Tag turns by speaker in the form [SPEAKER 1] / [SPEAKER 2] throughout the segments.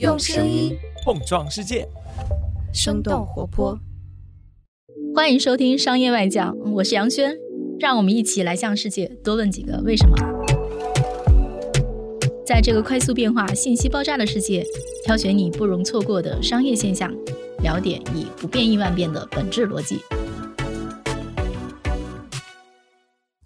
[SPEAKER 1] 用声音
[SPEAKER 2] 碰撞世界，
[SPEAKER 1] 生动活泼。
[SPEAKER 3] 欢迎收听《商业外讲》，我是杨轩，让我们一起来向世界多问几个为什么。在这个快速变化、信息爆炸的世界，挑选你不容错过的商业现象，聊点以不变应万变的本质逻辑。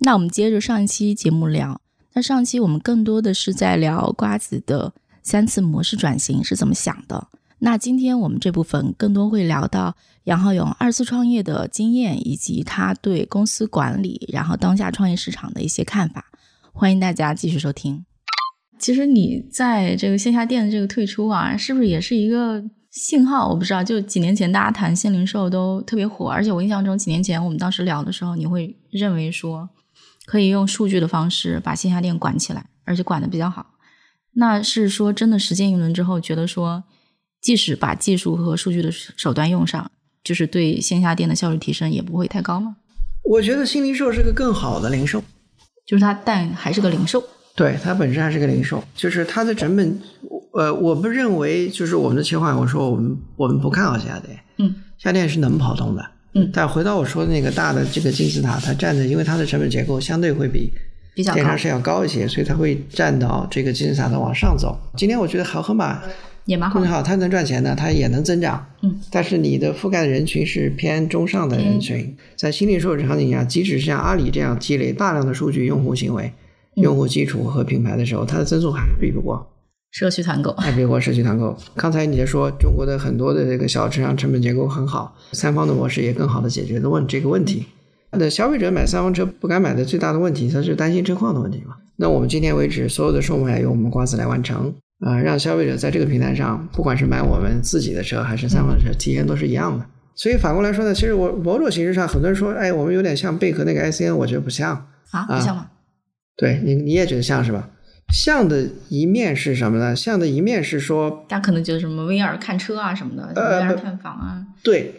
[SPEAKER 3] 那我们接着上一期节目聊，那上期我们更多的是在聊瓜子的三次模式转型是怎么想的。那今天我们这部分更多会聊到杨浩勇二次创业的经验，以及他对公司管理，然后当下创业市场的一些看法。欢迎大家继续收听。其实你在这个线下店的这个退出啊，是不是也是一个信号？我不知道。就几年前大家谈新零售都特别火，而且我印象中几年前我们当时聊的时候，你会认为说可以用数据的方式把线下店管起来，而且管的比较好。那是说真的实践一轮之后，觉得说即使把技术和数据的手段用上，就是对线下店的效率提升也不会太高吗？
[SPEAKER 4] 我觉得新零售是个更好的零售，
[SPEAKER 3] 就是它但还是个零售。
[SPEAKER 4] 对它本身还是个零售，就是它的成本，呃，我不认为就是我们的切换，我说我们我们不看好线下店，
[SPEAKER 3] 嗯，
[SPEAKER 4] 下店是能跑通的，
[SPEAKER 3] 嗯
[SPEAKER 4] 但回到我说的那个大的这个金字塔，它占的，因为它的成本结构相对会比
[SPEAKER 3] 比较高
[SPEAKER 4] 电商是要高一些，所以它会占到这个金字塔的往上走。今天我觉得好盒马
[SPEAKER 3] 也蛮好
[SPEAKER 4] 更
[SPEAKER 3] 的，
[SPEAKER 4] 好，它能赚钱的，它也能增长。
[SPEAKER 3] 嗯，
[SPEAKER 4] 但是你的覆盖的人群是偏中上的人群，
[SPEAKER 3] 嗯
[SPEAKER 4] 在新零售这场景下，即使像阿里这样积累大量的数据、用户行为、
[SPEAKER 3] 嗯
[SPEAKER 4] 用户基础和品牌的时候，它的增速还是比不过，
[SPEAKER 3] 社区团购。
[SPEAKER 4] 还比不过社区团购。刚才你在说中国的很多的这个小车商成本结构很好，三方的模式也更好的解决了问这个问题。那消费者买三方车不敢买的最大的问题，他是担心车况的问题嘛？那我们今天为止，所有的售卖由我们瓜子来完成，啊，让消费者在这个平台上，不管是买我们自己的车还是三方车，体验都是一样的。所以反过来说呢，其实我某种形式上，很多人说，哎，我们有点像贝壳那个 ICN，我觉得不像。
[SPEAKER 3] 啊，
[SPEAKER 4] 啊
[SPEAKER 3] 不像吗？
[SPEAKER 4] 对你，你也觉得像是吧？像的一面是什么呢？像的一面是说
[SPEAKER 3] 大家可能觉得什么 VR 看车啊什么的
[SPEAKER 4] 呃
[SPEAKER 3] ，VR
[SPEAKER 4] 不
[SPEAKER 3] 看房啊，
[SPEAKER 4] 对，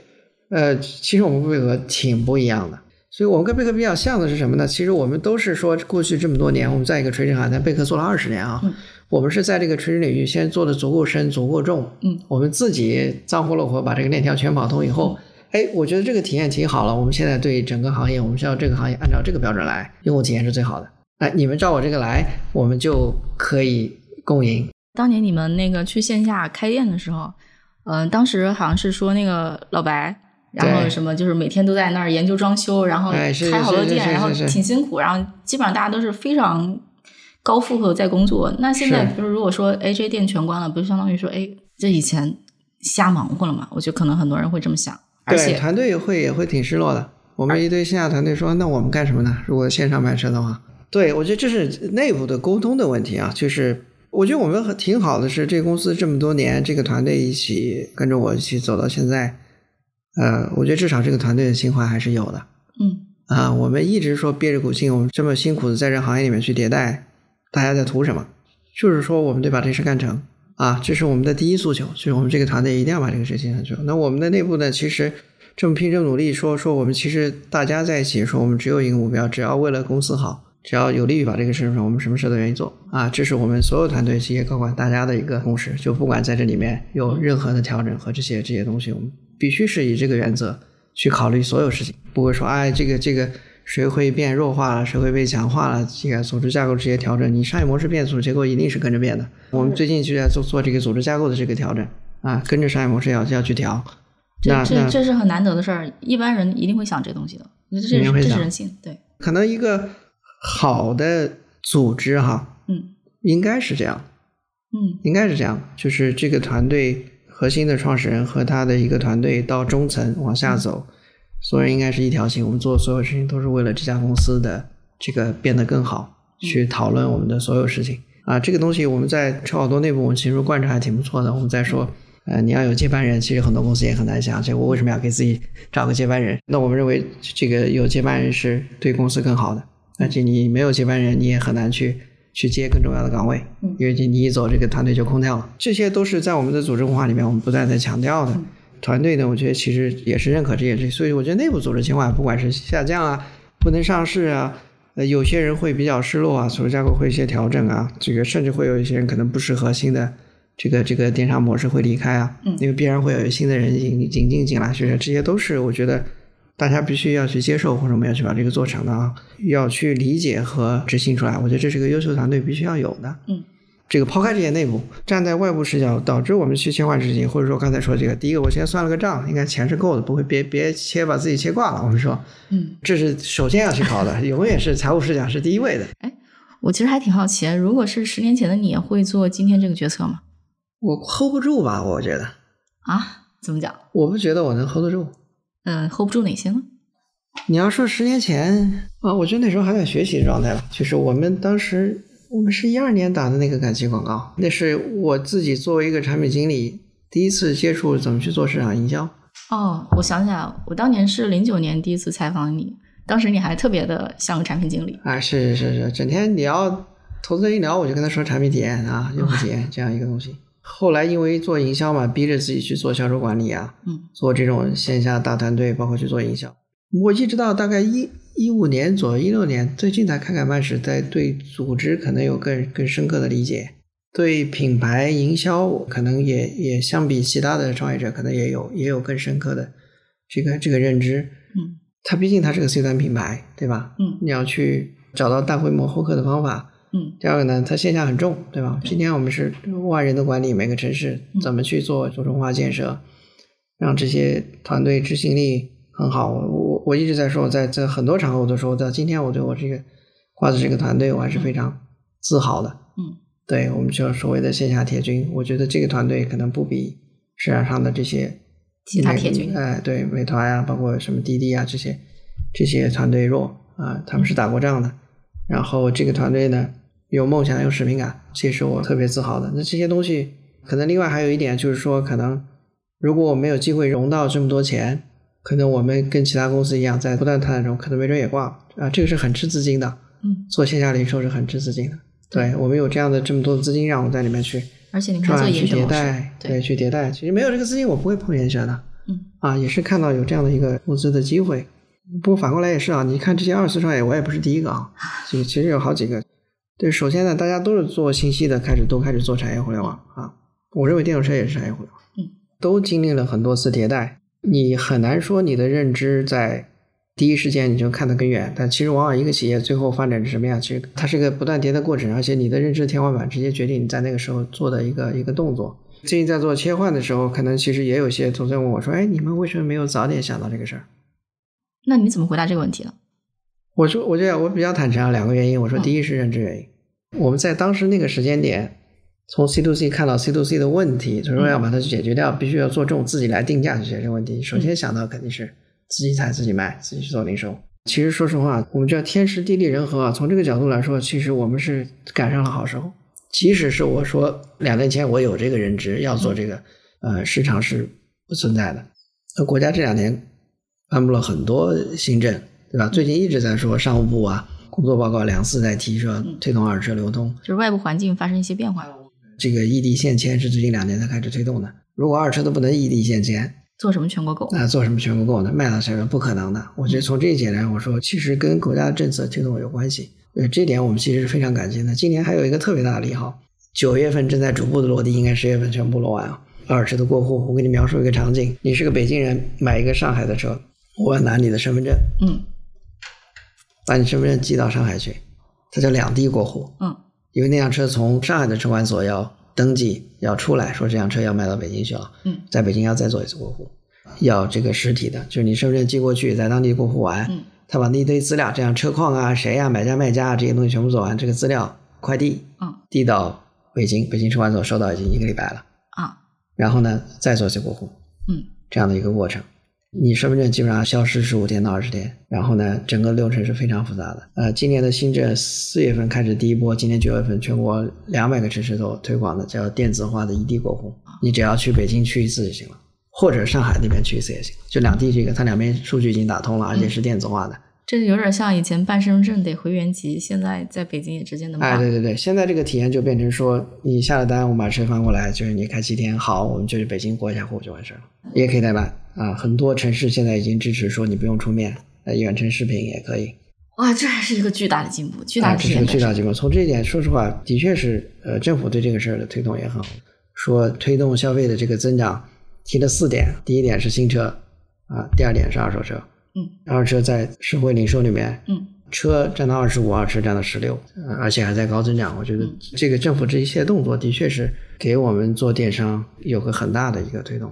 [SPEAKER 4] 呃，其实我们跟贝壳挺不一样的。所以我们跟贝壳比较像的是什么呢？其实我们都是说，过去这么多年，我们在一个垂直行业，但贝壳做了二十年啊。
[SPEAKER 3] 嗯
[SPEAKER 4] 我们是在这个垂直领域先做的足够深、足够重。
[SPEAKER 3] 嗯，
[SPEAKER 4] 我们自己脏活累活把这个链条全跑通以后，
[SPEAKER 3] 嗯
[SPEAKER 4] 哎，我觉得这个体验挺好了。我们现在对整个行业，我们需要这个行业按照这个标准来，用户体验是最好的。哎，你们照我这个来，我们就可以共赢。
[SPEAKER 3] 当年你们那个去线下开店的时候，嗯、当时好像是说那个老白，然后
[SPEAKER 4] 对
[SPEAKER 3] 什么就是每天都在那儿研究装修，然后
[SPEAKER 4] 哎是
[SPEAKER 3] 开好多
[SPEAKER 4] 是是
[SPEAKER 3] 店，
[SPEAKER 4] 是
[SPEAKER 3] 然后
[SPEAKER 4] 是
[SPEAKER 3] 挺辛苦，然后基本上大家都是非常高负荷在工作。那现在
[SPEAKER 4] 是
[SPEAKER 3] 就是如果说 AJ 店全关了，不就相当于说，哎，这以前瞎忙活了嘛？我觉得可能很多人会这么想，而
[SPEAKER 4] 对，
[SPEAKER 3] 且
[SPEAKER 4] 团队也会也会挺失落的。我们一堆线下团队说，那我们干什么呢？如果线上卖车的话，对我觉得这是内部的沟通的问题啊。就是我觉得我们很挺好的是，这个公司这么多年，这个团队一起跟着我一起走到现在，呃，我觉得至少这个团队的情怀还是有的
[SPEAKER 3] 嗯，
[SPEAKER 4] 啊。我们一直说憋着股劲，我们这么辛苦的在这行业里面去迭代，大家在图什么？就是说我们得把这事干成啊，这是我们的第一诉求，就是我们这个团队一定要把这个事情干成。那我们的内部呢，其实这么拼这么努力，说说我们其实大家在一起说，我们只有一个目标，只要为了公司好，只要有利于把这个事情，我们什么事都愿意做啊。这是我们所有团队企业高管大家的一个共识，就不管在这里面有任何的调整和这些这些东西，我们必须是以这个原则去考虑所有事情，不会说哎这个这个。谁会变弱化了，谁会被强化了，这个组织架构这些调整，你商业模式变，组织结构一定是跟着变的。我们最近就在做做这个组织架构的这个调整啊，跟着商业模式要要去调。
[SPEAKER 3] 这
[SPEAKER 4] 那
[SPEAKER 3] 这
[SPEAKER 4] 那
[SPEAKER 3] 这是很难得的事儿，一般人一定会想这东西的，这是
[SPEAKER 4] 一定会
[SPEAKER 3] 这是
[SPEAKER 4] 想
[SPEAKER 3] 人性，对，
[SPEAKER 4] 可能一个好的组织哈，
[SPEAKER 3] 嗯
[SPEAKER 4] 应该是这样，
[SPEAKER 3] 嗯
[SPEAKER 4] 应该是这样，就是这个团队核心的创始人和他的一个团队到中层往下走，所有人应该是一条心。我们做所有事情都是为了这家公司的这个变得更好，去讨论我们的所有事情啊。这个东西我们在超好多内部，我们其实贯彻还挺不错的。我们在说。呃，你要有接班人，其实很多公司也很难想，这我为什么要给自己找个接班人？那我们认为这个有接班人是对公司更好的，而且你没有接班人，你也很难去去接更重要的岗位，
[SPEAKER 3] 嗯
[SPEAKER 4] 因为你你一走，这个团队就空掉了。嗯这些都是在我们的组织文化里面，我们不断在强调的。团队呢，我觉得其实也是认可这些事情，所以我觉得内部组织情况，不管是下降啊，不能上市啊。呃，有些人会比较失落啊，组织架构会一些调整啊，这个甚至会有一些人可能不适合新的这个这个电商模式会离开啊，
[SPEAKER 5] 嗯
[SPEAKER 4] 因为必然会有新的人引引进进来，所以这些都是我觉得大家必须要去接受，或者我们要去把这个做成的啊，要去理解和执行出来。我觉得这是个优秀团队必须要有的。
[SPEAKER 5] 嗯，
[SPEAKER 4] 这个抛开这些内部，站在外部视角，导致我们去切换事情，或者说刚才说这个，第一个我先算了个账，应该钱是够的，不会别别切把自己切挂了。我们说
[SPEAKER 5] 嗯，
[SPEAKER 4] 这是首先要去考的，永远是财务视角是第一位的。
[SPEAKER 5] 我其实还挺好奇，啊如果是十年前的你，会做今天这个决策吗？
[SPEAKER 4] 我 hold 不住吧？我觉得，
[SPEAKER 5] 啊，怎么讲？
[SPEAKER 4] 我不觉得我能 hold 得住。
[SPEAKER 5] 嗯、h o l d 不住哪些呢？
[SPEAKER 4] 你要说十年前啊，我觉得那时候还在学习状态吧。就是我们当时，我们是一二年打的那个感情广告，那是我自己作为一个产品经理第一次接触怎么去做市场营销。
[SPEAKER 5] 哦，我想起来了，我当年是零九年第一次采访你，当时你还特别的像个产品经理。
[SPEAKER 4] 啊，是是是，整天你要投资人一聊，我就跟他说产品体验啊、用户体 验这样一个东西。后来因为做营销嘛，逼着自己去做销售管理啊，
[SPEAKER 5] 嗯，
[SPEAKER 4] 做这种线下大团队，包括去做营销。我一直到大概一一五年左右，一六年最近才看看慢史，在对组织可能有更更深刻的理解，对品牌营销可能也也相比其他的创业者，可能也有也有更深刻的这个这个认知。
[SPEAKER 5] 嗯
[SPEAKER 4] 它毕竟它是个 C 端品牌，对吧？
[SPEAKER 5] 嗯
[SPEAKER 4] 你要去找到大规模获客的方法。
[SPEAKER 5] 嗯
[SPEAKER 4] 第二个呢，它线下很重，对吧？今天我们是万人的管理，每个城市
[SPEAKER 5] 嗯
[SPEAKER 4] 怎么去做做中化建设，让这些团队执行力很好。我我我一直在说，我在在很多场合我都说，到今天我对我这个瓜子这个团队，我还是非常自豪的。
[SPEAKER 5] 嗯
[SPEAKER 4] 对我们就所谓的线下铁军，我觉得这个团队可能不比市场上的这些
[SPEAKER 5] 其他铁军
[SPEAKER 4] 美哎，对，美团啊，包括什么滴滴啊这些这些团队弱啊，他们
[SPEAKER 5] 嗯
[SPEAKER 4] 是打过仗的。然后这个团队呢，有梦想，有使命感，这是我特别自豪的。那这些东西，可能另外还有一点就是说，可能如果我没有机会融到这么多钱，可能我们跟其他公司一样，在不断探索中，可能没准也挂了啊，这个是很吃资金的。
[SPEAKER 5] 嗯，
[SPEAKER 4] 做线下零售是很吃资金的。对我们有这样的这么多的资金让我在里面去
[SPEAKER 5] 而且你看做
[SPEAKER 4] 转、
[SPEAKER 5] 延
[SPEAKER 4] 去
[SPEAKER 5] 伸
[SPEAKER 4] 迭
[SPEAKER 5] 模式
[SPEAKER 4] 代，
[SPEAKER 5] 对
[SPEAKER 4] 对，去迭代。其实没有这个资金，我不会碰原神的。
[SPEAKER 5] 嗯，
[SPEAKER 4] 啊，也是看到有这样的一个募资的机会。不过反过来也是啊，你看这些二次创业，我也不是第一个啊，其其实有好几个。对，首先呢，大家都是做信息的，开始都开始做产业互联网啊。我认为电动车也是产业互联网，
[SPEAKER 5] 嗯，
[SPEAKER 4] 都经历了很多次迭代，你很难说你的认知在第一时间你就看得更远，但其实往往一个企业最后发展成什么样，其实它是一个不断迭代的过程，而且你的认知天花板直接决定你在那个时候做的一个一个动作。最近在做切换的时候，可能其实也有些同学问我说：“哎，你们为什么没有早点想到这个事儿？”
[SPEAKER 5] 那你怎么回答这个问题呢？
[SPEAKER 4] 我说，我觉得我比较坦诚啊，两个原因。我说，
[SPEAKER 5] 嗯
[SPEAKER 4] 第一是认知原因，我们在当时那个时间点，从 C to C 看到 C to C 的问题，所以说要把它去解决掉，必须要做这种自己来定价去解决这个问题。首先想到肯定是自己采、自己卖、自己去做零售。其实说实话，我们叫天时地利人和啊。从这个角度来说，其实我们是赶上了好时候。即使是我说两年前我有这个认知要做这个，呃，市场是不存在的。那国家这两年颁布了很多新政，对吧？最近一直在说商务部啊，工作报告两次在提说推动二手车流通，
[SPEAKER 5] 就是外部环境发生一些变化，
[SPEAKER 4] 这个异地限迁是最近两年才开始推动的。如果二手车都不能异地限迁，
[SPEAKER 5] 做什么全国购？
[SPEAKER 4] 那做什么全国购呢？卖到谁了？不可能的。我觉得从这一点来，我说其实跟国家的政策推动有关系。呃，这点我们其实是非常感谢的。今年还有一个特别大的利好，九月份正在逐步的落地，应该十月份全部落完啊。二十的过户，我给你描述一个场景：你是个北京人，买一个上海的车，我要拿你的身份证，
[SPEAKER 5] 嗯
[SPEAKER 4] 把你身份证寄到上海去，它叫两地过户，
[SPEAKER 5] 嗯
[SPEAKER 4] 因为那辆车从上海的车管所要登记，要出来说这辆车要卖到北京去了。
[SPEAKER 5] 嗯
[SPEAKER 4] 在北京要再做一次过户，要这个实体的，就是你身份证寄过去，在当地过户完，
[SPEAKER 5] 嗯
[SPEAKER 4] 他把那一堆资料，这样车况啊、谁啊、买家卖家啊这些东西全部做完，这个资料快递
[SPEAKER 5] 嗯
[SPEAKER 4] 递到北京，北京车管所收到已经一个礼拜了，
[SPEAKER 5] 啊
[SPEAKER 4] 然后呢再做一次过户，
[SPEAKER 5] 嗯
[SPEAKER 4] 这样的一个过程。你身份证基本上消失十五天到二十天，然后呢，整个流程是非常复杂的。呃，今年的新政四月份开始第一波，今年九月份全国两百个城市都推广的叫电子化的异地过户，你只要去北京去一次就行了，或者上海那边去一次也行，就两地这个它两边数据已经打通了，而且是电子化的。
[SPEAKER 5] 这就有点像以前办身份证得回原籍，现在在北京也直接能
[SPEAKER 4] 哎，
[SPEAKER 5] 办。
[SPEAKER 4] 对对对，现在这个体验就变成说，你下了单，我们把车翻过来，就是你开七天，好，我们就去北京过一下户就完事儿了，也可以代办啊。很多城市现在已经支持说你不用出面，呃，远程视频也可以，
[SPEAKER 5] 哇，这还是一个巨大的进步，巨
[SPEAKER 4] 啊，
[SPEAKER 5] 大的
[SPEAKER 4] 这
[SPEAKER 5] 体
[SPEAKER 4] 是个
[SPEAKER 5] 验
[SPEAKER 4] 巨
[SPEAKER 5] 感受。
[SPEAKER 4] 大进步。从这一点，说实话，的确是呃，政府对这个事儿的推动也很好。说推动消费的这个增长，提了四点。第一点是新车啊，第二点是二手车，
[SPEAKER 5] 嗯，
[SPEAKER 4] 二手车在社会零售里面，
[SPEAKER 5] 嗯，
[SPEAKER 4] 车占到二十五，二手车占到十六，呃而且还在高增长。我觉得这个政府这一切动作的确是给我们做电商有个很大的一个推动。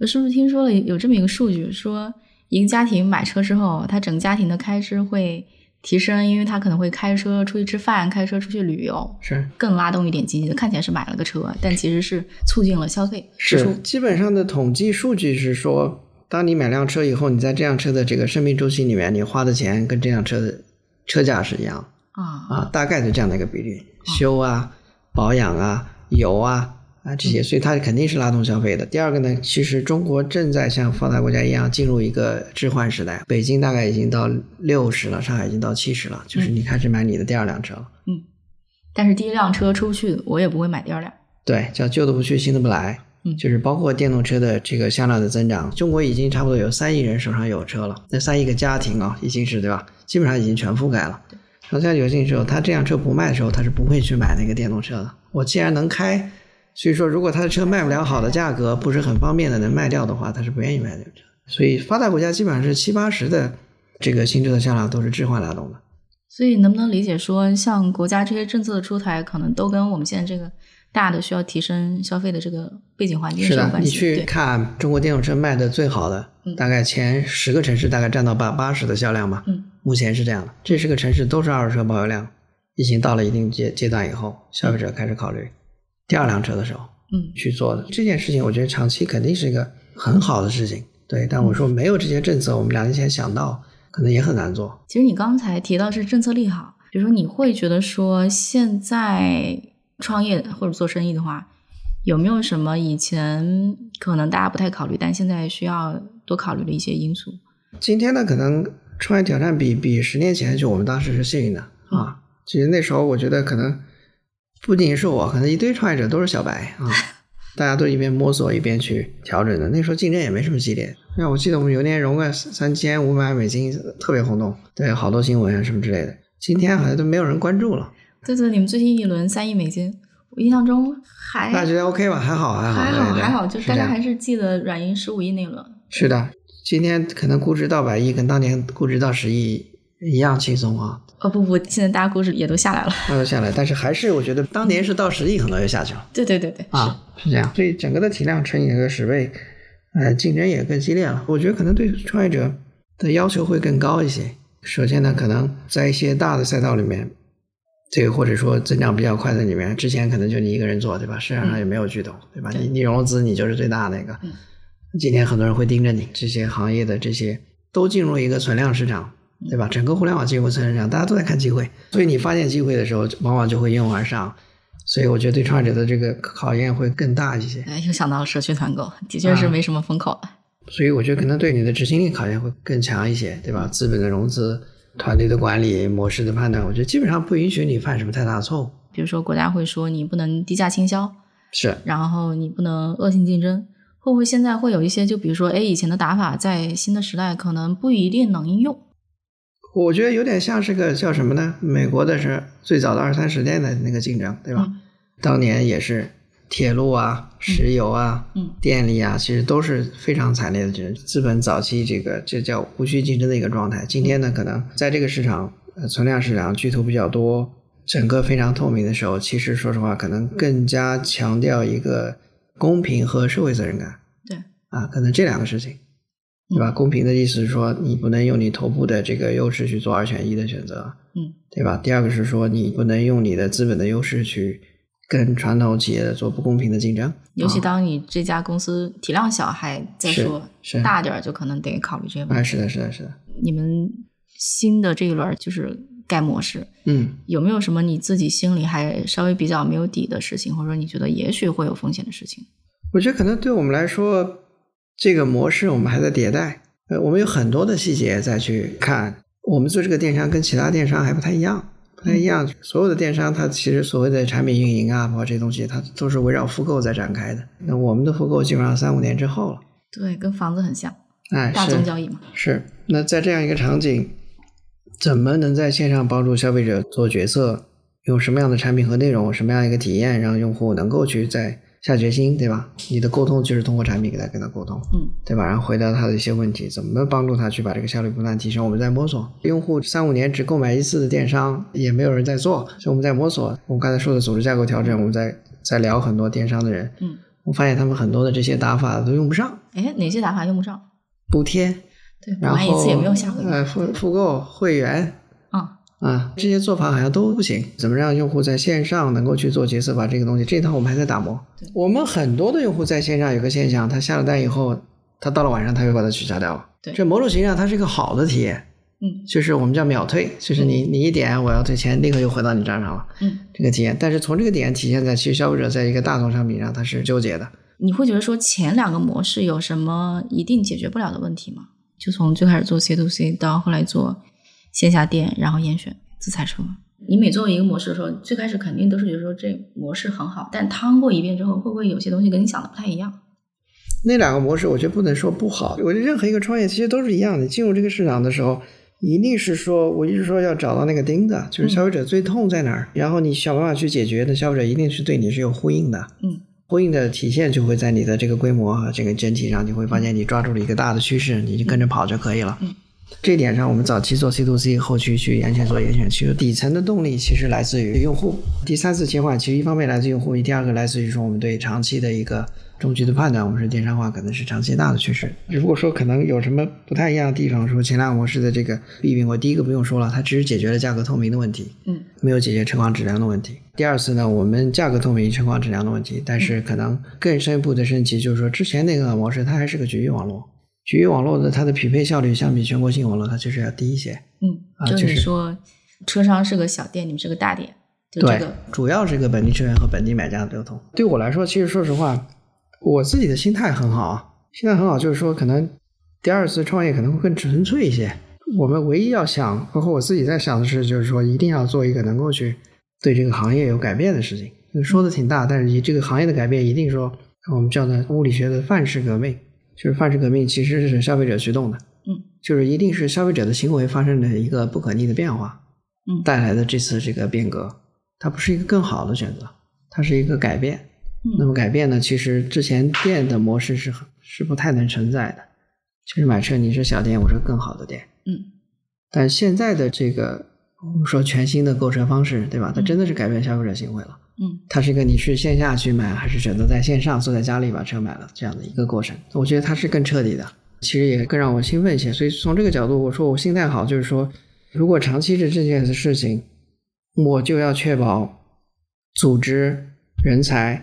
[SPEAKER 3] 我是不是听说了有这么一个数据，说一个家庭买车之后，他整个家庭的开支会提升，因为他可能会开车出去吃饭，开车出去旅游，
[SPEAKER 4] 是
[SPEAKER 3] 更拉动一点经济的。看起来是买了个车，但其实是促进了消费支出
[SPEAKER 4] 是，。基本上的统计数据是说，当你买辆车以后，你在这辆车的这个生命周期里面，你花的钱跟这辆车的车价是一样
[SPEAKER 3] 啊，
[SPEAKER 4] 的。啊，大概是这样的一个比例，修啊、保养啊、油啊啊这些，所以它肯定是拉动消费的。第二个呢，其实中国正在像发达国家一样进入一个置换时代，北京大概已经到六十了，上海已经到七十了，就是你开始买你的第二辆车了。
[SPEAKER 3] 但是第一辆车出不去，我也不会买第二辆。
[SPEAKER 4] 对，叫旧的不去，新的不来。
[SPEAKER 3] 嗯
[SPEAKER 4] 就是包括电动车的这个销量的增长，中国已经差不多有三亿人手上有车了，那三亿个家庭啊，已经是对吧？基本上已经全覆盖了。那在有些时候，他这辆车不卖的时候，他是不会去买那个电动车的。我既然能开，所以说如果他的车卖不了好的价格，不是很方便的能卖掉的话，他是不愿意卖这个车。所以发达国家基本上是七八十的这个新车的销量都是置换拉动的。
[SPEAKER 3] 所以能不能理解说，像国家这些政策的出台，可能都跟我们现在这个大的需要提升消费的这个背景环境
[SPEAKER 4] 是
[SPEAKER 3] 有
[SPEAKER 4] 的，
[SPEAKER 3] 关
[SPEAKER 4] 你
[SPEAKER 3] 系？
[SPEAKER 4] 去
[SPEAKER 3] 对，
[SPEAKER 4] 看中国电动车卖的最好的，
[SPEAKER 3] 嗯
[SPEAKER 4] 大概前十个城市大概占到百八十的销量吧。
[SPEAKER 3] 嗯，
[SPEAKER 4] 目前是这样的，这十个城市都是二手车保有量。疫情到了一定阶阶段以后，消费者开始考虑第二辆车的时候
[SPEAKER 3] 嗯，
[SPEAKER 4] 去做的这件事情，我觉得长期肯定是一个很好的事情。对，但我说没有这些政策，我们两年前想到可能也很难做。
[SPEAKER 3] 其实你刚才提到是政策利好，比如说你会觉得说，现在创业或者做生意的话，有没有什么以前可能大家不太考虑，但现在需要多考虑的一些因素？
[SPEAKER 4] 今天呢，可能创业挑战比比十年前就我们当时是幸运的
[SPEAKER 3] 嗯
[SPEAKER 4] 啊。其实那时候我觉得可能不仅是我，可能一堆创业者都是小白 啊，大家都一边摸索一边去调整的。那时候竞争也没什么激烈，那我记得我们有一年融个三千五百美金，特别轰动，对，好多新闻啊什么之类的。今天好像都没有人关注了，
[SPEAKER 3] 对对，你们最新一轮三亿美金，我印象中还
[SPEAKER 4] 大家觉得 OK 吧？还好，还好，
[SPEAKER 3] 哎还
[SPEAKER 4] 对
[SPEAKER 3] 好
[SPEAKER 4] 对
[SPEAKER 3] 还好，就是大
[SPEAKER 4] 这
[SPEAKER 3] 家
[SPEAKER 4] 样
[SPEAKER 3] 还是记得软银十五亿那轮。
[SPEAKER 4] 是的，今天可能估值到百亿，跟当年估值到十亿一样轻松啊。
[SPEAKER 3] 哦不不，现在大家估值也都下来了。
[SPEAKER 4] 慢慢下来，但是还是我觉得当年是到十亿，可能就下去了
[SPEAKER 3] 对对对对，
[SPEAKER 4] 啊，是这样。所以整个的体量乘以一个十倍，呃，竞争也更激烈了。我觉得可能对创业者的要求会更高一些。首先呢，可能在一些大的赛道里面，这个或者说增长比较快的里面，之前可能就你一个人做，对吧？市场上也没有巨头，对吧？
[SPEAKER 3] 嗯对
[SPEAKER 4] 你你融资你就是最大那个
[SPEAKER 3] 嗯。
[SPEAKER 4] 今天很多人会盯着你，这些行业的这些都进入一个存量市场，对
[SPEAKER 3] 嗯
[SPEAKER 4] 吧？整个互联网进入存量市场，大家都在看机会，所以你发现机会的时候，往往就会应运而上。所以我觉得对创业者的这个考验会更大一些，
[SPEAKER 3] 哎，又想到了社区团购，的确是
[SPEAKER 4] 啊
[SPEAKER 3] 没什么风口了。
[SPEAKER 4] 所以我觉得可能对你的执行力考验会更强一些，对吧？
[SPEAKER 3] 嗯
[SPEAKER 4] 资本的融资、团队的管理模式的判断，我觉得基本上不允许你犯什么太大的错误。
[SPEAKER 3] 比如说国家会说你不能低价倾销，
[SPEAKER 4] 是，
[SPEAKER 3] 然后你不能恶性竞争。会不会现在会有一些，就比如说，哎，以前的打法在新的时代可能不一定能应用。
[SPEAKER 4] 我觉得有点像是个叫什么呢？美国的是最早的二三十年代的那个竞争，对吧？
[SPEAKER 3] 嗯
[SPEAKER 4] 当年也是铁路啊、石油啊、
[SPEAKER 3] 嗯
[SPEAKER 4] 电力啊，其实都是非常惨烈的竞争。资本早期这个这叫无序竞争的一个状态。今天呢，可能在这个市场、呃、存量市场巨头比较多，整个非常透明的时候，其实说实话，可能更加强调一个公平和社会责任感。
[SPEAKER 3] 对嗯
[SPEAKER 4] 啊，可能这两个事情。对吧？公平的意思是说，你不能用你头部的这个优势去做二选一的选择，
[SPEAKER 3] 嗯，
[SPEAKER 4] 对吧？第二个是说，你不能用你的资本的优势去跟传统企业做不公平的竞争，
[SPEAKER 3] 尤其
[SPEAKER 4] 啊
[SPEAKER 3] 当你这家公司体量小，还在
[SPEAKER 4] 是
[SPEAKER 3] 说
[SPEAKER 4] 是哎
[SPEAKER 3] 大点儿，就可能得考虑这些问
[SPEAKER 4] 啊，
[SPEAKER 3] 题。
[SPEAKER 4] 是的，是的，是的，
[SPEAKER 3] 你们新的这一轮儿就是改模式，
[SPEAKER 4] 嗯，
[SPEAKER 3] 有没有什么你自己心里还稍微比较没有底的事情，或者说你觉得也许会有风险的事情？
[SPEAKER 4] 我觉得可能对我们来说，这个模式我们还在迭代，呃，我们有很多的细节再去看。我们做这个电商跟其他电商还不太一样，不太一样。所有的电商它其实所谓的产品运营啊，包括这些东西，它都是围绕复购在展开的。那我们的复购基本上三五年之后了。
[SPEAKER 3] 对，跟房子很像，
[SPEAKER 4] 哎，
[SPEAKER 3] 大
[SPEAKER 4] 是
[SPEAKER 3] 宗交易嘛。
[SPEAKER 4] 是，那在这样一个场景，怎么能在线上帮助消费者做决策？用什么样的产品和内容，什么样一个体验，让用户能够去在下决心，对吧？你的沟通就是通过产品给他跟他沟通，
[SPEAKER 3] 嗯，
[SPEAKER 4] 对吧？然后回答他的一些问题，怎么帮助他去把这个效率不断提升？我们在摸索，用户三五年只购买一次的电商也没有人在做，所以我们在摸索。我们刚才说的组织架构调整，我们在在聊很多电商的人，
[SPEAKER 3] 嗯，
[SPEAKER 4] 我发现他们很多的这些打法都用不上，
[SPEAKER 3] 哎，哪些打法用不上？
[SPEAKER 4] 补贴，
[SPEAKER 3] 对，
[SPEAKER 4] 然
[SPEAKER 3] 买一
[SPEAKER 4] 后
[SPEAKER 3] 次也没有下回。
[SPEAKER 4] 呃复复购会员，
[SPEAKER 3] 啊
[SPEAKER 4] 啊，这些做法好像都不行。怎么让用户在线上能够去做决策，把这个东西这一套我们还在打磨
[SPEAKER 3] 对。
[SPEAKER 4] 我们很多的用户在线上有个现象，他下了单以后，他到了晚上他又把它取消掉了。
[SPEAKER 3] 对
[SPEAKER 4] 这某种形式上它是一个好的体验，
[SPEAKER 3] 嗯
[SPEAKER 4] 就是我们叫秒退，就是你你一点我要退钱，立刻又回到你账上了
[SPEAKER 3] 嗯，
[SPEAKER 4] 这个体验。但是从这个点体现在，其实消费者在一个大众商品上他是纠结的。
[SPEAKER 3] 你会觉得说前两个模式有什么一定解决不了的问题吗？就从最开始做 C to C 到后来做线下店，然后严选自采车。你每做一个模式的时候，最开始肯定都是觉得说这模式很好，但趟过一遍之后，会不会有些东西跟你想的不太一样？
[SPEAKER 4] 那两个模式，我觉得不能说不好。我觉得任何一个创业其实都是一样的。进入这个市场的时候，一定是说，我一直说要找到那个钉子，就是消费者最痛在哪儿，然后你想办法去解决，那消费者一定是对你是有呼应的。
[SPEAKER 3] 嗯，
[SPEAKER 4] 呼应的体现就会在你的这个规模和这个整体上，你会发现你抓住了一个大的趋势，你就跟着跑就可以了。
[SPEAKER 3] 嗯
[SPEAKER 4] 这一点上，我们早期做 C to C，后期去严选做严选，其实底层的动力其实来自于用户。第三次切换，其实一方面来自于用户，第二个来自于说我们对长期的一个中局的判断，我们是电商化可能是长期大的趋势。如果说可能有什么不太一样的地方，说前两个模式的这个弊病，我第一个不用说了，它只是解决了价格透明的问题，
[SPEAKER 3] 嗯，
[SPEAKER 4] 没有解决车况质量的问题。第二次呢，我们价格透明、车况质量的问题，但是可能更深一步的升级，就是说之前那个模式它还是个局域网络。局域网络的它的匹配效率相比全国性网络它就是要低一些。
[SPEAKER 3] 嗯，
[SPEAKER 4] 啊
[SPEAKER 3] 就
[SPEAKER 4] 就是
[SPEAKER 3] 是说车商是个小店，你们是个大店，就这
[SPEAKER 4] 对
[SPEAKER 3] 个，
[SPEAKER 4] 主要是个本地车源和本地买家的流通。对我来说，其实说实话，我自己的心态很好啊，心态很好，就是说可能第二次创业可能会更纯粹一些。我们唯一要想，包括我自己在想的是，就是说一定要做一个能够去对这个行业有改变的事情。说的挺大，但是以这个行业的改变，一定说我们叫它物理学的范式革命，就是范式革命其实是消费者驱动的，
[SPEAKER 3] 嗯，
[SPEAKER 4] 就是一定是消费者的行为发生了一个不可逆的变化，
[SPEAKER 3] 嗯
[SPEAKER 4] 带来的这次这个变革，它不是一个更好的选择，它是一个改变。那
[SPEAKER 3] 嗯
[SPEAKER 4] 么改变呢，其实之前店的模式是很是不太能存在的，就是买车你是小店，我是更好的店，
[SPEAKER 3] 嗯，
[SPEAKER 4] 但现在的这个我们说全新的购车方式，对吧？它
[SPEAKER 3] 嗯
[SPEAKER 4] 真的是改变消费者行为了。
[SPEAKER 3] 嗯，
[SPEAKER 4] 它是一个你是线下去买，还是选择在线上坐在家里把车买了这样的一个过程。我觉得它是更彻底的，其实也更让我兴奋一些。所以从这个角度，我说我心态好，就是说，如果长期是这件事情，我就要确保组织人才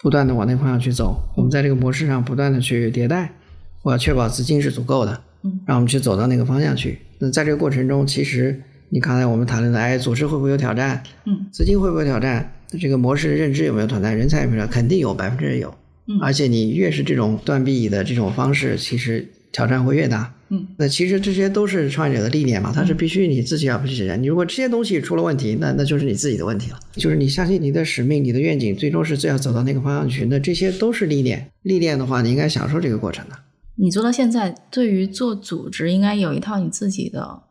[SPEAKER 4] 不断的往那方向去走。我们在这个模式上不断的去迭代，我要确保资金是足够的。让我们去走到那个方向去。那在这个过程中，其实你刚才我们谈论的，哎，组织会不会有挑战？
[SPEAKER 3] 嗯，
[SPEAKER 4] 资金会不会有挑战？这个模式的认知有没有挑战？人才有没有挑战？肯定有，百分之有。
[SPEAKER 3] 嗯
[SPEAKER 4] 而且你越是这种断臂的这种方式，其实挑战会越大。
[SPEAKER 3] 嗯，
[SPEAKER 4] 那其实这些都是创业者的历练嘛，它是必须你自己要不去承认。你如果这些东西出了问题，那那就是你自己的问题了。就是你相信你的使命、你的愿景，最终是最要走到那个方向去。那这些都是历练，历练的话，你应该享受这个过程的。
[SPEAKER 3] 你做到现在，对于做组织应该有一套你自己的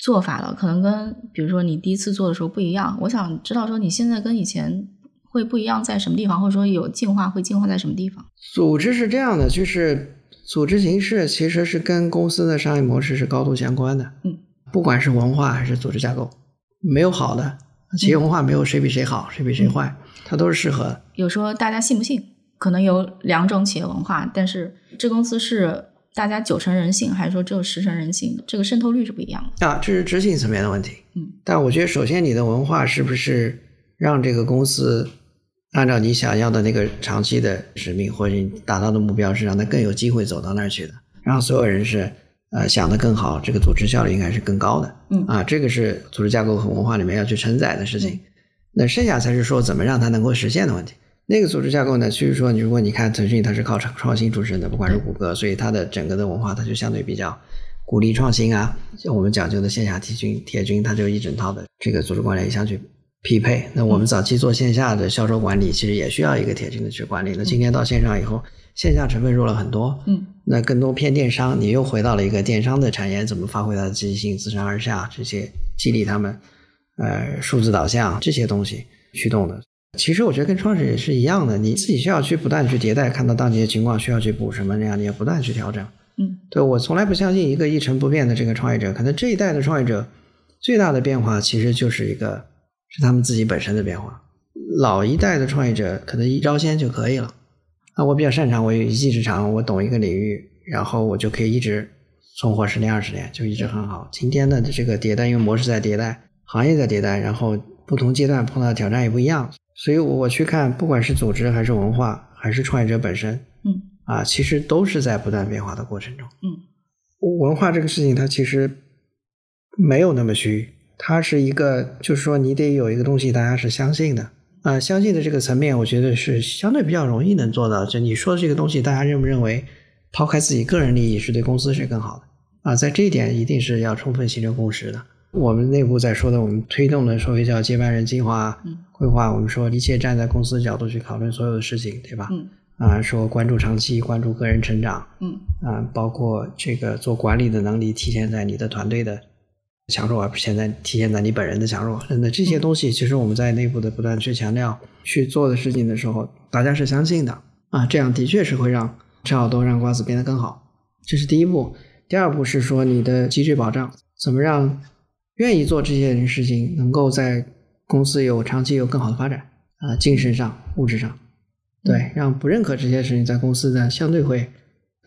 [SPEAKER 3] 做法了，可能跟比如说你第一次做的时候不一样。我想知道说你现在跟以前会不一样在什么地方，或者说有进化会进化在什么地方？
[SPEAKER 4] 组织是这样的，就是组织形式其实是跟公司的商业模式是高度相关的。
[SPEAKER 3] 嗯，
[SPEAKER 4] 不管是文化还是组织架构，没有好的企业文化，没有谁比谁好，谁比
[SPEAKER 3] 嗯
[SPEAKER 4] 谁坏，它都是适合的。
[SPEAKER 3] 有说大家信不信？可能有两种企业文化，但是这公司是大家九成人性，还是说只有十成人性？这个渗透率是不一样的。
[SPEAKER 4] 啊，这是执行层面的问题。
[SPEAKER 3] 嗯，
[SPEAKER 4] 但我觉得首先你的文化是不是让这个公司按照你想要的那个长期的使命或者你达到的目标，是让它更有机会走到那儿去的，让所有人是呃想的更好，这个组织效率应该是更高的。
[SPEAKER 3] 嗯
[SPEAKER 4] 啊，这个是组织架构和文化里面要去承载的事情。那剩下才是说怎么让它能够实现的问题。那个组织架构呢，就是说，如果你看腾讯，它是靠创创新出身的，不管是谷歌，所以它的整个的文化，它就相对比较鼓励创新啊。像我们讲究的线下铁军，铁军它就一整套的这个组织管理相去匹配。那我
[SPEAKER 3] 嗯
[SPEAKER 4] 们早期做线下的销售管理，其实也需要一个铁军的去管理。那今天到线上以后，线下成分弱了很多，
[SPEAKER 3] 嗯，
[SPEAKER 4] 那更多偏电商，你又回到了一个电商的产业怎么发挥它的积极性，自上而下这些激励他们，呃，数字导向这些东西驱动的。其实我觉得跟创始人也是一样的，你自己需要去不断地去迭代，看到当前的情况需要去补什么，那样你也不断地去调整。
[SPEAKER 3] 嗯，
[SPEAKER 4] 对我从来不相信一个一成不变的这个创业者，可能这一代的创业者最大的变化其实就是一个是他们自己本身的变化。老一代的创业者可能一招鲜就可以了，啊，我比较擅长，我有一技之长，我懂一个领域，然后我就可以一直存活十年二十年，就一直很好。今天的这个迭代，因为模式在迭代，行业在迭代，然后不同阶段碰到的挑战也不一样，所以我去看，不管是组织还是文化，还是创业者本身，
[SPEAKER 3] 嗯，
[SPEAKER 4] 啊，其实都是在不断变化的过程中。
[SPEAKER 3] 嗯，
[SPEAKER 4] 文化这个事情它其实没有那么虚，它是一个，就是说你得有一个东西大家是相信的。啊、相信的这个层面，我觉得是相对比较容易能做到。就你说的这个东西，大家认不认为，抛开自己个人利益是对公司是更好的啊、在这一点一定是要充分形成共识的。我们内部在说的，我们推动的所谓叫接班人计划、
[SPEAKER 3] 嗯
[SPEAKER 4] 规划，我们说一切站在公司角度去讨论所有的事情，对吧？
[SPEAKER 3] 嗯
[SPEAKER 4] 啊、说关注长期，关注个人成长，
[SPEAKER 3] 嗯
[SPEAKER 4] 啊，包括这个做管理的能力体现在你的团队的强弱，而不是现在体现在你本人的强弱。真的，这些东西其实我们在内部的不断去强调、去做的事情的时候，大家是相信的啊，这样的确是会让吃好多让瓜子变得更好。这是第一步，第二步是说你的机制保障，怎么让愿意做这些人事情能够在公司有长期有更好的发展啊、精神上、物质上，
[SPEAKER 3] 嗯
[SPEAKER 4] 对，让不认可这些事情在公司呢相对会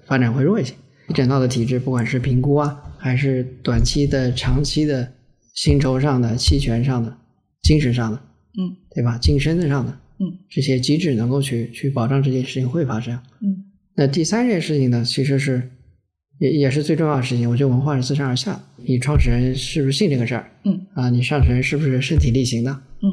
[SPEAKER 4] 发展会弱一些。一整套的体制，不管是评估啊，还是短期的、长期的薪酬上的、期权上的、精神上的，
[SPEAKER 3] 嗯，
[SPEAKER 4] 对吧？晋升的上的，
[SPEAKER 3] 嗯，
[SPEAKER 4] 这些机制能够去去保障这件事情会发生。
[SPEAKER 3] 嗯，
[SPEAKER 4] 那第三件事情呢，其实是也也是最重要的事情。我觉得文化是自上而下的，你创始人是不是信这个事儿？
[SPEAKER 3] 嗯，
[SPEAKER 4] 啊，你上层是不是身体力行的？
[SPEAKER 3] 嗯，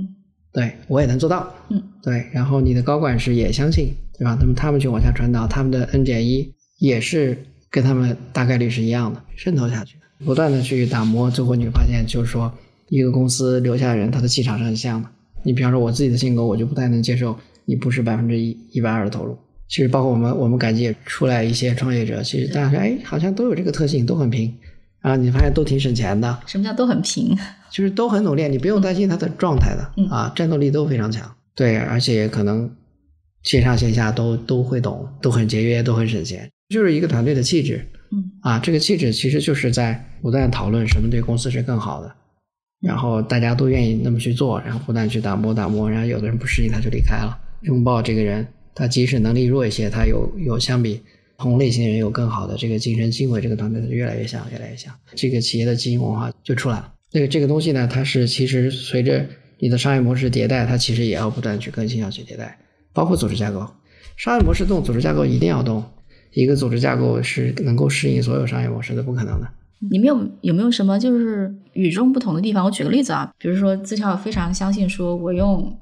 [SPEAKER 4] 对我也能做到。
[SPEAKER 3] 嗯，
[SPEAKER 4] 对，然后你的高管是也相信，对吧？那么他们去往下传导，他们的 N 减一也是跟他们大概率是一样的，渗透下去，不断的去打磨，最后你会发现，就是说一个公司留下的人，他的气场是很像的。你比方说我自己的性格，我就不太能接受你不是百分之一一百二的投入。其实包括我们我们改界出来一些创业者，其实大家说哎好像都有这个特性，都很平，然后你发现都挺省钱的，
[SPEAKER 3] 什么叫都很平？
[SPEAKER 4] 就是都很努力，你不用担心他的状态的、
[SPEAKER 3] 嗯
[SPEAKER 4] 啊，战斗力都非常强。对，而且可能线上线下都都会懂，都很节约，都很省钱，就是一个团队的气质。
[SPEAKER 3] 嗯
[SPEAKER 4] 啊，这个气质其实就是在不断讨论什么对公司是更好的，
[SPEAKER 3] 嗯
[SPEAKER 4] 然后大家都愿意那么去做，然后不断去打磨打磨，然后有的人不适应他就离开了。拥抱这个人，他即使能力弱一些，他有有相比同类型人有更好的这个晋升机会，这个团队就越来越像，越来越像，这个企业的基因文化就出来了。这个这个东西呢，它是其实随着你的商业模式迭代，它其实也要不断去更新，要去迭代，包括组织架构。商业模式动，组织架构一定要动。一个组织架构是能够适应所有商业模式的，不可能的。
[SPEAKER 3] 你们有有没有什么就是与众不同的地方？我举个例子啊，比如说自跳非常相信说，我用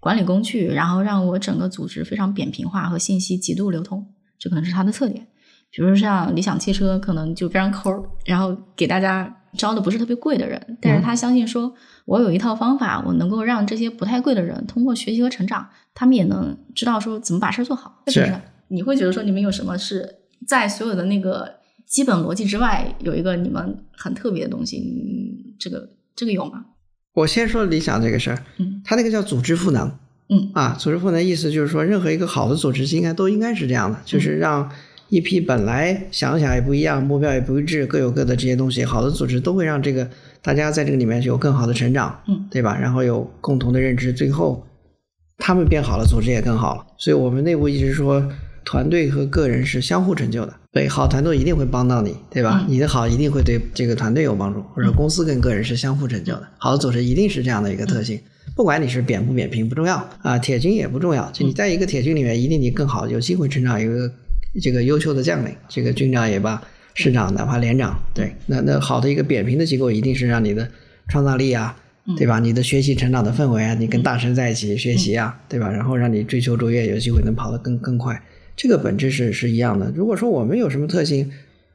[SPEAKER 3] 管理工具，然后让我整个组织非常扁平化和信息极度流通，这可能是它的特点。比如说像理想汽车，可能就非常抠儿，然后给大家招的不是特别贵的人，但是他相信说，我有一套方法，我能够让这些不太贵的人通过学习和成长，他们也能知道说怎么把事儿做好，
[SPEAKER 4] 是
[SPEAKER 3] 不是？你会觉得说你们有什么是在所有的那个基本逻辑之外，有一个你们很特别的东西？嗯这个这个有吗？
[SPEAKER 4] 我先说理想这个事儿，
[SPEAKER 3] 嗯
[SPEAKER 4] 它那个叫组织赋能
[SPEAKER 3] 嗯
[SPEAKER 4] 啊，组织赋能意思就是说，任何一个好的组织应该都应该是这
[SPEAKER 3] 嗯
[SPEAKER 4] 样的，就是让一批本来想想也不一样、目标也不一致、各有各的这些东西，好的组织都会让这个大家在这个里面有更好的成长，
[SPEAKER 3] 嗯
[SPEAKER 4] 对吧？然后有共同的认知，最后他们变好了，组织也更好了。所以我们内部一直说，团队和个人是相互成就的。对，好团队一定会帮到你，对吧？
[SPEAKER 3] 嗯
[SPEAKER 4] 你的好一定会对这个团队有帮助，或者公司跟个人是相互成就的。好的组织一定是这样的一个特性，不管你是扁不扁平不重要啊，铁军也不重要。就你在一个铁军里面，一定你更好，有机会成长一个这个优秀的将领，这个军长也罢，师长哪怕连长，对，那那好的一个扁平的机构，一定是让你的创造力啊，对吧？你的学习成长的氛围啊，你跟大神在一起学习啊，对吧？然后让你追求卓越，有机会能跑得更更快，这个本质是是一样的。如果说我们有什么特性，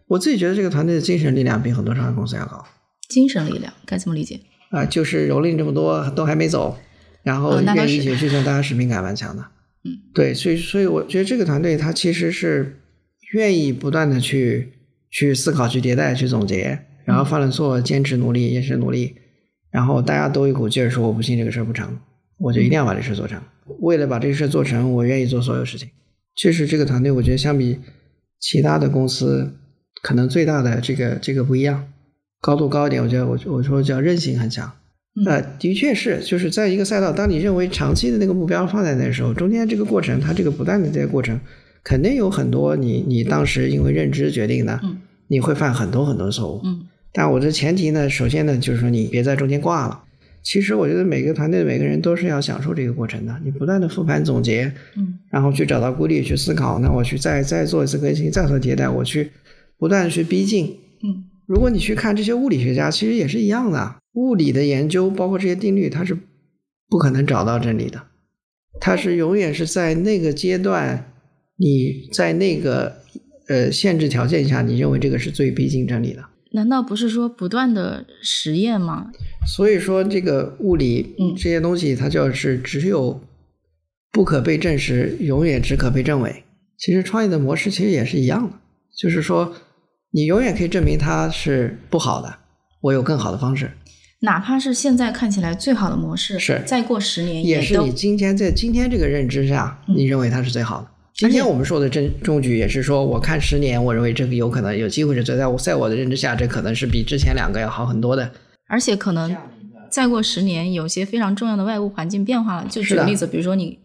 [SPEAKER 4] 我自己觉得这个团队的精神力量比很多上市公司要高
[SPEAKER 3] 精神力量该怎么理解？
[SPEAKER 4] 啊、就是蹂躏这么多都还没走，然后
[SPEAKER 3] 哦那倒
[SPEAKER 4] 愿意一
[SPEAKER 3] 是
[SPEAKER 4] 起去做，大家使命感蛮强的。
[SPEAKER 3] 嗯，
[SPEAKER 4] 对，所以所以我觉得这个团队它其实是愿意不断的去去思考、去迭代、去总结，
[SPEAKER 3] 嗯
[SPEAKER 4] 然后犯了错坚持努力、坚持努力，然后大家都一股劲儿说我不信这个事儿不成，我就一定要把这事儿做成。
[SPEAKER 3] 嗯
[SPEAKER 4] 为了把这个事做成，我愿意做所有事情。这是这个团队，我觉得相比其他的公司，可能最大的这个这个不一样，高度高一点。我觉得我我说叫韧性很强。
[SPEAKER 3] 嗯
[SPEAKER 4] 呃，的确是，就是在一个赛道，当你认为长期的那个目标放在那的时候，中间这个过程，它这个不断的这个过程，肯定有很多你你当时因为认知决定的，
[SPEAKER 3] 嗯
[SPEAKER 4] 你会犯很多很多错误。
[SPEAKER 3] 嗯
[SPEAKER 4] 但我的前提呢，首先呢，就是说你别在中间挂了。其实我觉得每个团队每个人都是要享受这个过程的，你不断的复盘总结，
[SPEAKER 3] 嗯
[SPEAKER 4] 然后去找到规律去思考，那我去再再做一次更新，再做迭代，我去不断的去逼近。
[SPEAKER 3] 嗯
[SPEAKER 4] 如果你去看这些物理学家，其实也是一样的，物理的研究包括这些定律，它是不可能找到真理的，它是永远是在那个阶段，你在那个呃限制条件下，你认为这个是最逼近真理的。
[SPEAKER 3] 难道不是说不断的实验吗？
[SPEAKER 4] 所以说，这个物理
[SPEAKER 3] 嗯
[SPEAKER 4] 这些东西，它就是只有不可被证实，永远只可被证伪。其实创业的模式其实也是一样的，就是说你永远可以证明它是不好的，我有更好的方式，
[SPEAKER 3] 哪怕是现在看起来最好的模式，
[SPEAKER 4] 是
[SPEAKER 3] 再过十年
[SPEAKER 4] 也是
[SPEAKER 3] 都嗯
[SPEAKER 4] 你今天在今天这个认知下，你认为它是最好的。今天我们说的真中局，也是说我看十年，我认为这个有可能有机会是最，在我在我的认知下，这可能是比之前两个要好很多的。
[SPEAKER 3] 而且可能再过十年，有些非常重要的外部环境变化了。就是举个
[SPEAKER 4] 的
[SPEAKER 3] 例子，比如说你，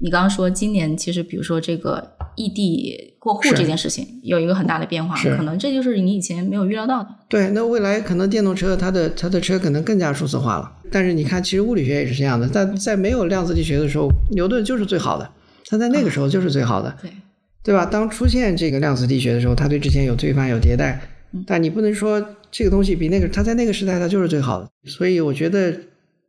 [SPEAKER 3] 你刚刚说今年其实，比如说这个异地过户
[SPEAKER 4] 是
[SPEAKER 3] 这件事情有一个很大的变化，
[SPEAKER 4] 是
[SPEAKER 3] 可能这就是你以前没有预料到的。
[SPEAKER 4] 对，那未来可能电动车它的它的车可能更加数字化了。但是你看，其实物理学也是这样的，但在没有量子力学的时候，牛顿就是最好的，他在那个时候就是最好的，
[SPEAKER 3] 对，
[SPEAKER 4] 对吧？当出现这个量子力学的时候，它对之前有推翻有迭代，但你不能说这个东西比那个它在那个时代它就是最好的。所以我觉得，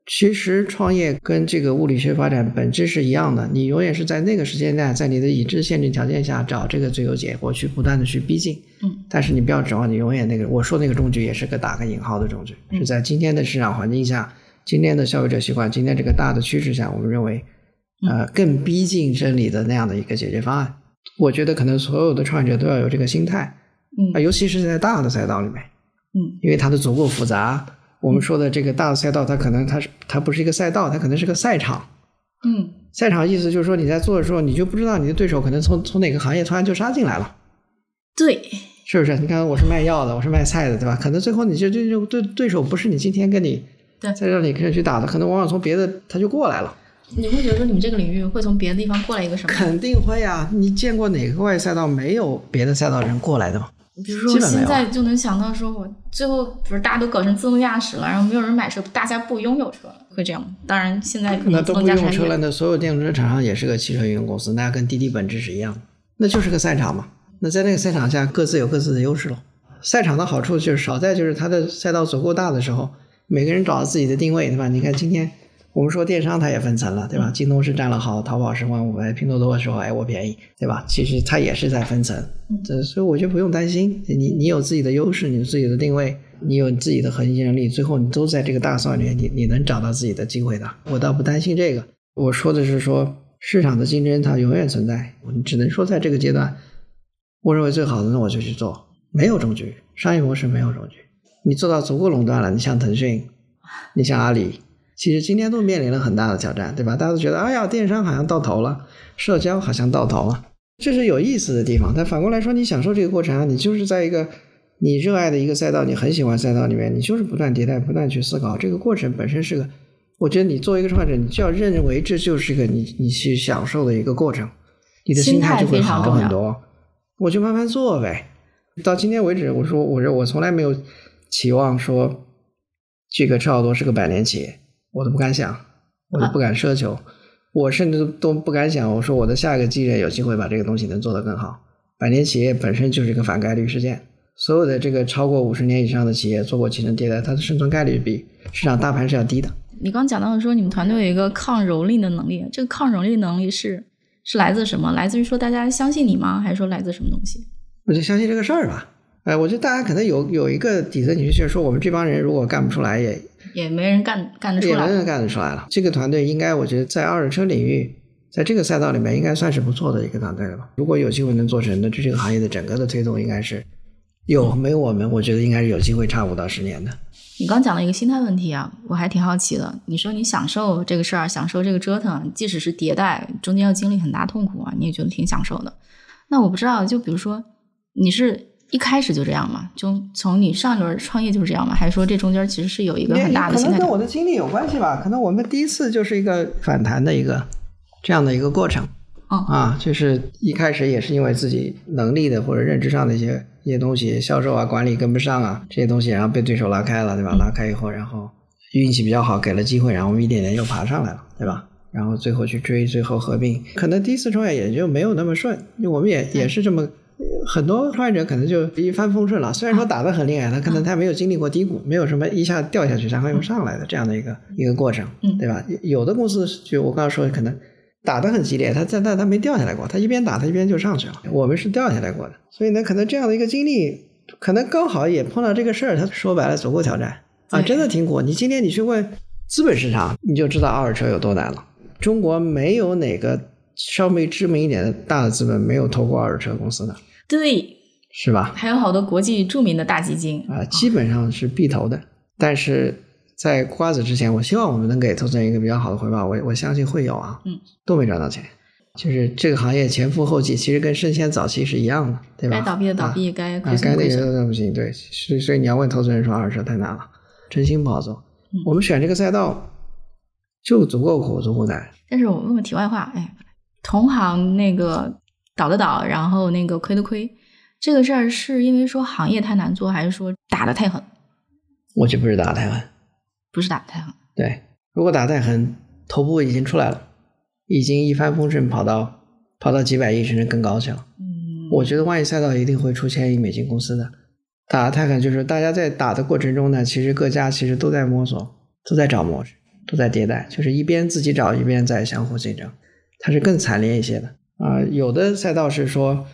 [SPEAKER 4] 其实创业跟这个物理学发展本质是一样的，你永远是在那个时间段，在你的已知限制条件下找这个最优解，我去不断的去逼近。
[SPEAKER 3] 嗯
[SPEAKER 4] 但是你不要指望你永远那个，我说那个中局也是个打个引号的中局，是在今天的市场环境下、今天的消费者习惯、今天这个大的趋势下，我们认为，呃，更逼近真理的那样的一个解决方案。我觉得可能所有的创业者都要有这个心态啊、
[SPEAKER 3] 嗯
[SPEAKER 4] 尤其是在大的赛道里面，
[SPEAKER 3] 嗯
[SPEAKER 4] 因为它的足够复杂。我们说的这个大的赛道，它可能它是它不是一个赛道，它可能是个赛场。
[SPEAKER 3] 嗯
[SPEAKER 4] 赛场意思就是说你在做的时候，你就不知道你的对手可能从从哪个行业突然就杀进来了。
[SPEAKER 3] 对，
[SPEAKER 4] 是不是？你看，我是卖药的，我是卖菜的，对吧？可能最后你就就就对对手不是你今天跟你
[SPEAKER 3] 对
[SPEAKER 4] 在这里跟人去打的，可能往往从别的他就过来了。
[SPEAKER 3] 你会觉得说你们这个领域会从别的地方过来一个什么？
[SPEAKER 4] 肯定会啊！你见过哪个外赛道没有别的赛道人过来的吗？
[SPEAKER 3] 比如说
[SPEAKER 4] 基
[SPEAKER 3] 我
[SPEAKER 4] 本没
[SPEAKER 3] 现
[SPEAKER 4] 有
[SPEAKER 3] 在就能想到，说我最后不是大家都搞成自动驾驶了，然后没有人买车，大家不拥有车了，会这样吗？当然，现在可
[SPEAKER 4] 那
[SPEAKER 3] 能自
[SPEAKER 4] 都不
[SPEAKER 3] 动驾驶
[SPEAKER 4] 用
[SPEAKER 3] 还
[SPEAKER 4] 车了，
[SPEAKER 3] 远
[SPEAKER 4] 那所有电动车厂商也是个汽车运营公司，那跟滴滴本质是一样的，那就是个赛场嘛。那在那个赛场下，各自有各自的优势了。赛场的好处就是少在就是它的赛道足够大的时候，每个人找到自己的定位，对吧？你看今天我们说电商它也分层了，对吧？京东是占了好，淘宝是万五百，拼多多说哎我便宜，对吧？其实它也是在分层，这所以我就不用担心，你你有自己的优势，你有自己的定位，你有自己的核心竞争力，最后你都在这个大算里面，你你能找到自己的机会的。我倒不担心这个，我说的是说市场的竞争它永远存在，你只能说在这个阶段，我认为最好的那我就去做，没有中局，商业模式没有中局，你做到足够垄断了，你像腾讯，你像阿里。其实今天都面临了很大的挑战，对吧？大家都觉得，哎呀，电商好像到头了，社交好像到头了，这是有意思的地方。但反过来说，你享受这个过程啊，你就是在一个你热爱的一个赛道，你很喜欢赛道里面，你就是不断迭代，不断去思考。这个过程本身是个，我觉得你作为一个创业者，你就要认为这就是一个你你去享受的一个过程，你的心态就会好很
[SPEAKER 3] 心态非常重
[SPEAKER 4] 多。我就慢慢做呗。到今天为止，我说我认我从来没有期望说这个差不多是个百年企业，我都不敢想，我都不敢奢求。我甚至都不敢想，我说我的下一个继任有机会把这个东西能做得更好。百年企业本身就是一个反概率事件，所有的这个超过五十年以上的企业做过起承迭代，它的生存概率比市场大盘是要低的。
[SPEAKER 3] 你刚讲到的说你们团队有一个抗蹂躏的能力，这个抗蹂躏能力是是来自什么？来自于说大家相信你吗？还是说来自什么东西？
[SPEAKER 4] 我就相信这个事儿吧。哎，我觉得大家可能有有一个底层情绪，说我们这帮人如果干不出来，也
[SPEAKER 3] 也没人干干得出
[SPEAKER 4] 也
[SPEAKER 3] 来
[SPEAKER 4] 完。全干得出来了。这个团队应该，我觉得在二手车领域，在这个赛道里面，应该算是不错的一个团队了吧。如果有机会能做成，那对这个行业的整个的推动应该是有没有我们，我觉得应该是有机会差五到十年的。
[SPEAKER 3] 你刚讲了一个心态问题啊，我还挺好奇的。你说你享受这个事儿，享受这个折腾，即使是迭代，中间要经历很大痛苦啊，你也觉得挺享受的。那我不知道，就比如说，你是一开始就这样吗？就从你上一轮创业就是这样吗？还是说这中间其实是有一个很大的
[SPEAKER 4] 可
[SPEAKER 3] 心
[SPEAKER 4] 能
[SPEAKER 3] 态
[SPEAKER 4] 跟
[SPEAKER 3] 的？
[SPEAKER 4] 我的经历有关系吧，可能我们第一次就是一个反弹的一个这样的一个过程。
[SPEAKER 3] 嗯
[SPEAKER 4] 啊，就是一开始也是因为自己能力的或者认知上的一些一些东西，销售啊、管理跟不上啊这些东西，然后被对手拉开了，对吧？拉开以后，然后运气比较好，给了机会，然后我们一点点又爬上来了，对吧？然后最后去追，最后合并，可能第一次创业也就没有那么顺，因为我们也也是这么。很多创业者可能就一帆风顺了，虽然说打得很厉害，他可能他没有经历过低谷，没有什么一下掉下去然后又上来的这样的一个一个过程，
[SPEAKER 3] 嗯
[SPEAKER 4] 对吧？有的公司就我刚刚说，的，可能打得很激烈，他但但他没掉下来过，他一边打他一边就上去了。我们是掉下来过的，所以呢，可能这样的一个经历，可能刚好也碰到这个事儿，他说白了足够挑战啊，
[SPEAKER 3] 对
[SPEAKER 4] 真的挺苦。你今天你去问资本市场，你就知道二手车有多难了。中国没有哪个稍微知名一点的大的资本没有投过二手车公司的，
[SPEAKER 3] 对，
[SPEAKER 4] 是吧？
[SPEAKER 3] 还有好多国际著名的大基金
[SPEAKER 4] 啊，基本上是必投的。但是在瓜子之前，我希望我们能给投资人一个比较好的回报，我我相信会有啊。
[SPEAKER 3] 嗯，
[SPEAKER 4] 都没赚到钱，就是这个行业前赴后继，其实跟生鲜早期是一样的，对吧？
[SPEAKER 3] 该倒闭的倒闭，
[SPEAKER 4] 啊，
[SPEAKER 3] 该亏
[SPEAKER 4] 啊
[SPEAKER 3] 损的
[SPEAKER 4] 该那
[SPEAKER 3] 亏
[SPEAKER 4] 个
[SPEAKER 3] 损。
[SPEAKER 4] 都不行，对。所以所以你要问投资人说二手车太难了，真心不好做。
[SPEAKER 3] 嗯
[SPEAKER 4] 我们选这个赛道就足够苦，足够难。
[SPEAKER 3] 但是我问问题外话，哎，同行那个倒的倒，然后那个亏的亏，这个事儿是因为说行业太难做，还是说打的太狠？
[SPEAKER 4] 我就不是打得太狠，
[SPEAKER 3] 不是打的太狠，
[SPEAKER 4] 对。如果打得太狠，头部已经出来了，已经一帆风顺跑到跑到几百亿甚至更高去了。
[SPEAKER 3] 嗯，
[SPEAKER 4] 我觉得万亿赛道一定会出千亿美金公司的。打得太狠就是大家在打的过程中呢，其实各家其实都在摸索，都在找模式，都在迭代，就是一边自己找，一边在相互竞争，它是更惨烈一些的啊、有的赛道是说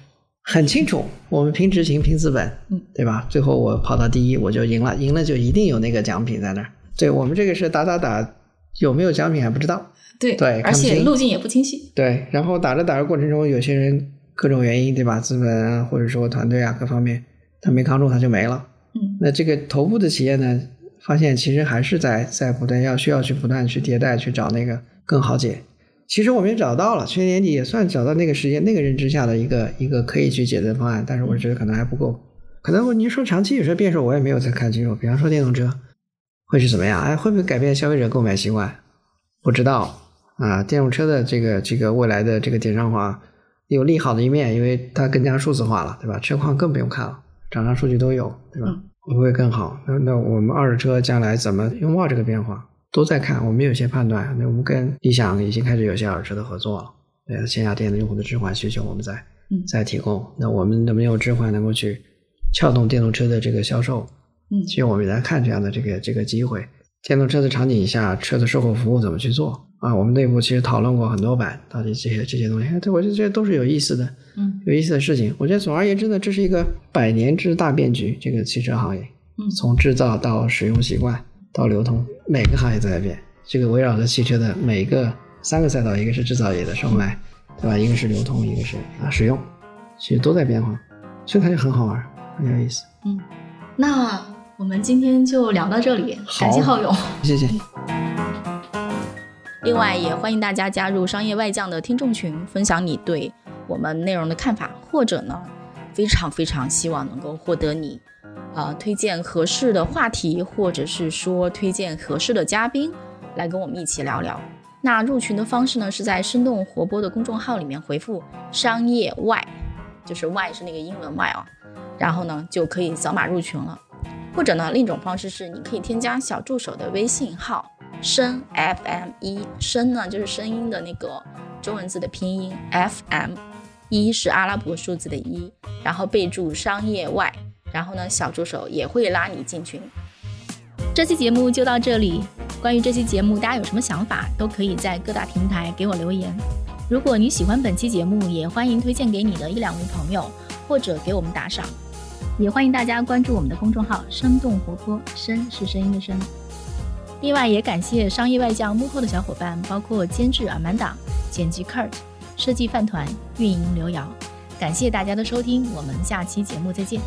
[SPEAKER 4] 很清楚，我们拼执行、拼资本
[SPEAKER 3] 嗯，
[SPEAKER 4] 对吧？最后我跑到第一，我就赢了，赢了就一定有那个奖品在那儿。对我们这个是打打打，有没有奖品还不知道，
[SPEAKER 3] 对
[SPEAKER 4] 对
[SPEAKER 3] 而
[SPEAKER 4] 看不
[SPEAKER 3] 且
[SPEAKER 4] 清
[SPEAKER 3] 路径也不清晰。
[SPEAKER 4] 对，然后打着打着过程中，有些人各种原因，对吧？资本啊，或者说团队啊，各方面他没扛住，他就没了。
[SPEAKER 3] 嗯，
[SPEAKER 4] 那这个头部的企业呢，发现其实还是在在不断要需要去不断去迭代，去找那个更好解。其实我们也找到了，去年年底也算找到那个时间、那个认知下的一个一个可以去解决的方案，但是我觉得可能还不够。可能您说长期有些变数，我也没有在看清楚。比方说电动车会是怎么样？哎，会不会改变消费者购买习惯？不知道啊。电动车的这个这个未来的这个电商化有利好的一面，因为它更加数字化了，对吧？车况更不用看了，厂商数据都有，对吧？
[SPEAKER 3] 嗯
[SPEAKER 4] 会不会更好？那那我们二手车将来怎么拥抱这个变化，都在看。我们有些判断，那我们跟理想已经开始有些二手车的合作了。对，线下店的用户的置换需求，我们在
[SPEAKER 3] 嗯
[SPEAKER 4] 在提供。那我们能不能用置换能够去撬动电动车的这个销售？
[SPEAKER 3] 嗯
[SPEAKER 4] 其实我们也在看这样的这个这个机会。电动车的场景下，车的售后服务怎么去做啊？我们内部其实讨论过很多版，到底这些这些东西，哎对我觉得这些都是有意思的，
[SPEAKER 3] 嗯
[SPEAKER 4] 有意思的事情。我觉得总而言之呢，这是一个百年之大变局，这个汽车行业。
[SPEAKER 3] 嗯，
[SPEAKER 4] 从制造到使用习惯到流通，每个行业都在变。这个围绕着汽车的每个三个赛道，一个是制造业的售卖，对吧？一个是流通，一个是啊使用，其实都在变化，所以它就很好玩，很有意思。
[SPEAKER 3] 那我们今天就聊到这里，感谢
[SPEAKER 4] 好
[SPEAKER 3] 浩勇。
[SPEAKER 4] 谢谢。
[SPEAKER 5] 另外，也欢迎大家加入商业外将的听众群，分享你对我们内容的看法，或者呢，非常非常希望能够获得你，呃，推荐合适的话题，或者是说推荐合适的嘉宾，来跟我们一起聊聊。那入群的方式呢，是在生动活泼的公众号里面回复“商业外”，就是 “y” 是那个英文 “y” 啊，然后呢就可以扫码入群了。或者呢，另一种方式是，你可以添加小助手的微信号声 FM 一声呢，就是声音的那个中文字的拼音 FM，一是阿拉伯数字的一，然后备注商业外，然后呢，小助手也会拉你进群。这期节目就到这里。关于这期节目，大家有什么想法，都可以在各大平台给我留言。如果你喜欢本期节目，也欢迎推荐给你的一两位朋友，或者给我们打赏。也欢迎大家关注我们的公众号“生动活泼”，声是声音的声。另外，也感谢商业外教幕后的小伙伴，包括监制阿曼达、剪辑 Kurt、设计饭团、运营刘瑶。感谢大家的收听，我们下期节目再见。